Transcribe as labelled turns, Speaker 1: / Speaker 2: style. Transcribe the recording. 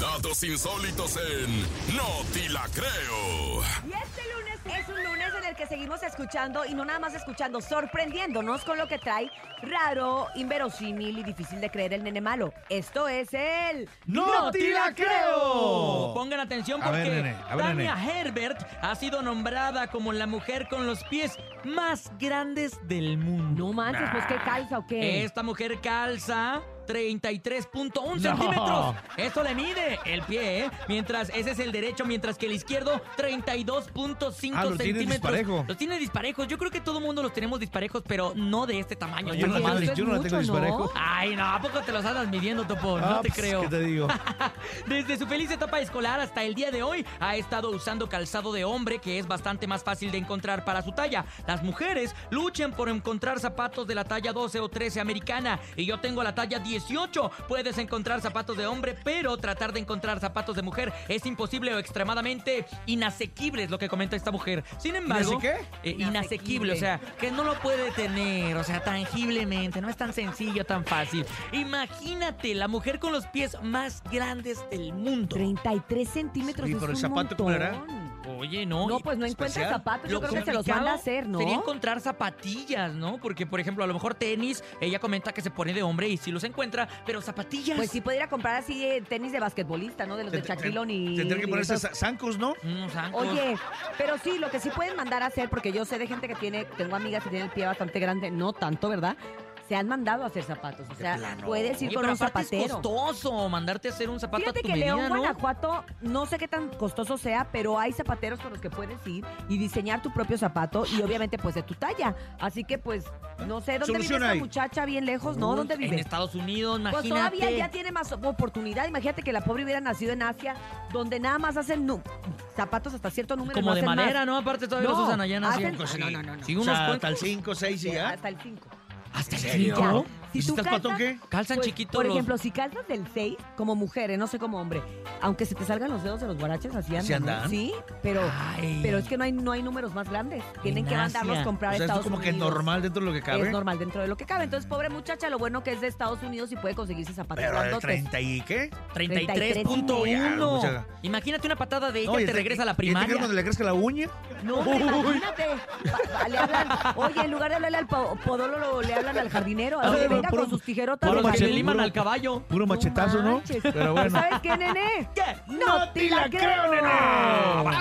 Speaker 1: datos insólitos en No Ti La Creo.
Speaker 2: Y este lunes es un lunes en el que seguimos escuchando y no nada más escuchando, sorprendiéndonos con lo que trae raro, inverosímil y difícil de creer el nene malo. Esto es el
Speaker 3: ¡No te la creo!
Speaker 4: Pongan atención
Speaker 3: A ver,
Speaker 4: porque
Speaker 3: nene, a ver,
Speaker 4: Tania Herbert ha sido nombrada como la mujer con los pies más grandes del mundo.
Speaker 2: No manches, pues qué calza o qué.
Speaker 4: Esta mujer calza 33.1 centímetros. Eso le mide el pie, ¿eh? Mientras, ese es el derecho, mientras que el izquierdo, 32.5
Speaker 3: Ah, lo tienes
Speaker 4: centímetros.
Speaker 3: disparejo.
Speaker 4: Los tiene disparejos. Yo creo que todo mundo los tenemos disparejos, pero no de este tamaño.
Speaker 3: Yo no
Speaker 4: nomás-
Speaker 3: tengo-
Speaker 2: eso es
Speaker 3: yo no la tengo
Speaker 2: mucho, ¿no?
Speaker 3: disparejo.
Speaker 4: Ay, no, ¿a poco te los andas midiendo, Topo? No
Speaker 3: Ah,
Speaker 4: te
Speaker 3: pues,
Speaker 4: creo.
Speaker 3: ¿Qué te digo?
Speaker 2: Ah,
Speaker 4: Desde su feliz etapa escolar hasta el día de hoy, ha estado usando calzado de hombre que es bastante más fácil de encontrar para su talla. Las mujeres luchan por encontrar zapatos de la talla 12 o 13 americana y yo tengo la talla 18. Puedes encontrar zapatos de hombre, pero tratar de encontrar zapatos de mujer es imposible o extremadamente inasequible, es lo que comenta esta mujer. Sin embargo,
Speaker 3: ¿Inase qué?
Speaker 4: eh, inasequible,
Speaker 2: Inasequible.
Speaker 4: o sea, que no lo puede tener, o sea, tangiblemente, no es tan sencillo, tan fácil. Imagínate la mujer con los pies más grandes del mundo.
Speaker 2: 33 centímetros
Speaker 3: Sí,
Speaker 2: es
Speaker 3: pero el
Speaker 2: un
Speaker 3: zapato, ¿cómo
Speaker 2: montón.
Speaker 3: era?
Speaker 4: Oye, no.
Speaker 2: No,
Speaker 4: y-
Speaker 2: pues no encuentra
Speaker 3: especial.
Speaker 2: zapatos, yo
Speaker 4: lo
Speaker 2: creo que se los
Speaker 4: complicado
Speaker 2: van a hacer, ¿no?
Speaker 4: Sería encontrar zapatillas, ¿no? Porque, por ejemplo, a lo mejor tenis, ella comenta que se pone de hombre y sí los encuentra, pero zapatillas.
Speaker 2: Pues sí, pudiera comprar así eh, tenis de basquetbolista, ¿no? De los de Shaquillon y...
Speaker 3: Tendría que
Speaker 2: y
Speaker 3: ponerse
Speaker 2: esos.
Speaker 3: sa- zancos, ¿no?
Speaker 4: Unos zancos.
Speaker 2: Oye, pero sí, lo que sí pueden mandar a hacer, porque yo sé de gente que tiene, tengo amigas que tienen el pie bastante grande, no tanto, ¿verdad? Se han mandado a hacer zapatos. O sea, puedes ir
Speaker 4: Oye,
Speaker 2: con
Speaker 4: pero
Speaker 2: un
Speaker 4: aparte es
Speaker 2: zapatero.
Speaker 4: costoso mandarte a hacer un zapato
Speaker 2: Fíjate
Speaker 4: a tu
Speaker 2: que
Speaker 4: medida,
Speaker 2: León,
Speaker 4: ¿no?
Speaker 2: Guanajuato, no sé qué tan costoso sea, pero hay zapateros con los que puedes ir y diseñar tu propio zapato y obviamente pues de tu talla. Así que pues, no sé, ¿dónde vive
Speaker 3: Solución
Speaker 2: esta
Speaker 3: hay.
Speaker 2: muchacha? Bien lejos, ¿no?
Speaker 4: Uy,
Speaker 2: ¿Dónde
Speaker 4: En
Speaker 2: vive?
Speaker 4: Estados Unidos, imagínate.
Speaker 2: Pues todavía ya tiene más oportunidad. Imagínate que la pobre hubiera nacido en Asia, donde nada más hacen nu- zapatos hasta cierto número.
Speaker 4: Pues Como
Speaker 2: no
Speaker 4: de
Speaker 2: hacen más.
Speaker 4: madera, ¿no? Aparte todavía
Speaker 2: No,
Speaker 4: los usan allá en Asia.
Speaker 2: hacen-
Speaker 3: Pues
Speaker 2: no, no, no, no.
Speaker 4: Sí,
Speaker 3: o
Speaker 4: unos
Speaker 3: sea,
Speaker 4: cuentos.
Speaker 3: hasta el 5, 6 y ya.
Speaker 2: Hasta el 5.
Speaker 4: ¿Hasta el
Speaker 3: ¿En serio?
Speaker 4: cinco?
Speaker 3: ¿No?
Speaker 2: Si
Speaker 3: ¿Y si
Speaker 2: tú
Speaker 3: estás
Speaker 2: calzas-
Speaker 3: patón qué?
Speaker 4: Calzan
Speaker 2: Pues,
Speaker 4: chiquitos
Speaker 2: Por
Speaker 4: los-
Speaker 2: ejemplo, si calzas del 6, como mujeres, no sé como hombre, aunque se te salgan los dedos de los guaraches, así andan.
Speaker 3: ¿Sí
Speaker 2: ¿no?
Speaker 3: andan?
Speaker 2: Sí, pero,
Speaker 4: Ay.
Speaker 2: pero es que no hay, no hay números más grandes. Tienen que
Speaker 4: En
Speaker 2: mandarlos
Speaker 4: Asia.
Speaker 2: comprar
Speaker 3: O sea,
Speaker 2: a
Speaker 3: esto
Speaker 2: Estados
Speaker 3: como que
Speaker 2: Unidos.
Speaker 3: normal dentro de lo que cabe.
Speaker 2: Es normal dentro de lo que cabe. Entonces, pobre muchacha, lo bueno que es de Estados Unidos y puede conseguirse zapatos
Speaker 3: Pero de
Speaker 2: grandotes.
Speaker 3: 30 y qué?
Speaker 4: 33.1.
Speaker 3: Ya, mucha-
Speaker 4: Imagínate una patada de ella
Speaker 3: y
Speaker 4: te
Speaker 3: el-
Speaker 4: regresa a la
Speaker 3: y- y el tigre
Speaker 4: primaria.
Speaker 3: cuando le crezca la uña?
Speaker 2: No, hombre, imagínate. Pa- pa- le hablan- oye, en lugar de hablarle al po- podólogo, le hablan al jardinero. Así,
Speaker 3: Ah, bueno,
Speaker 2: venga
Speaker 3: puro-
Speaker 2: con sus tijerotas.
Speaker 4: Por
Speaker 2: de
Speaker 4: lo que
Speaker 3: machete-
Speaker 4: le
Speaker 2: jardín.
Speaker 4: liman
Speaker 3: puro-
Speaker 4: al caballo.
Speaker 3: Puro machetazo, ¿no?
Speaker 2: manches.
Speaker 3: Pero bueno.
Speaker 2: ¿Sabes qué, nene?
Speaker 4: ¿Qué?
Speaker 2: ¡No te la creo,
Speaker 3: nene!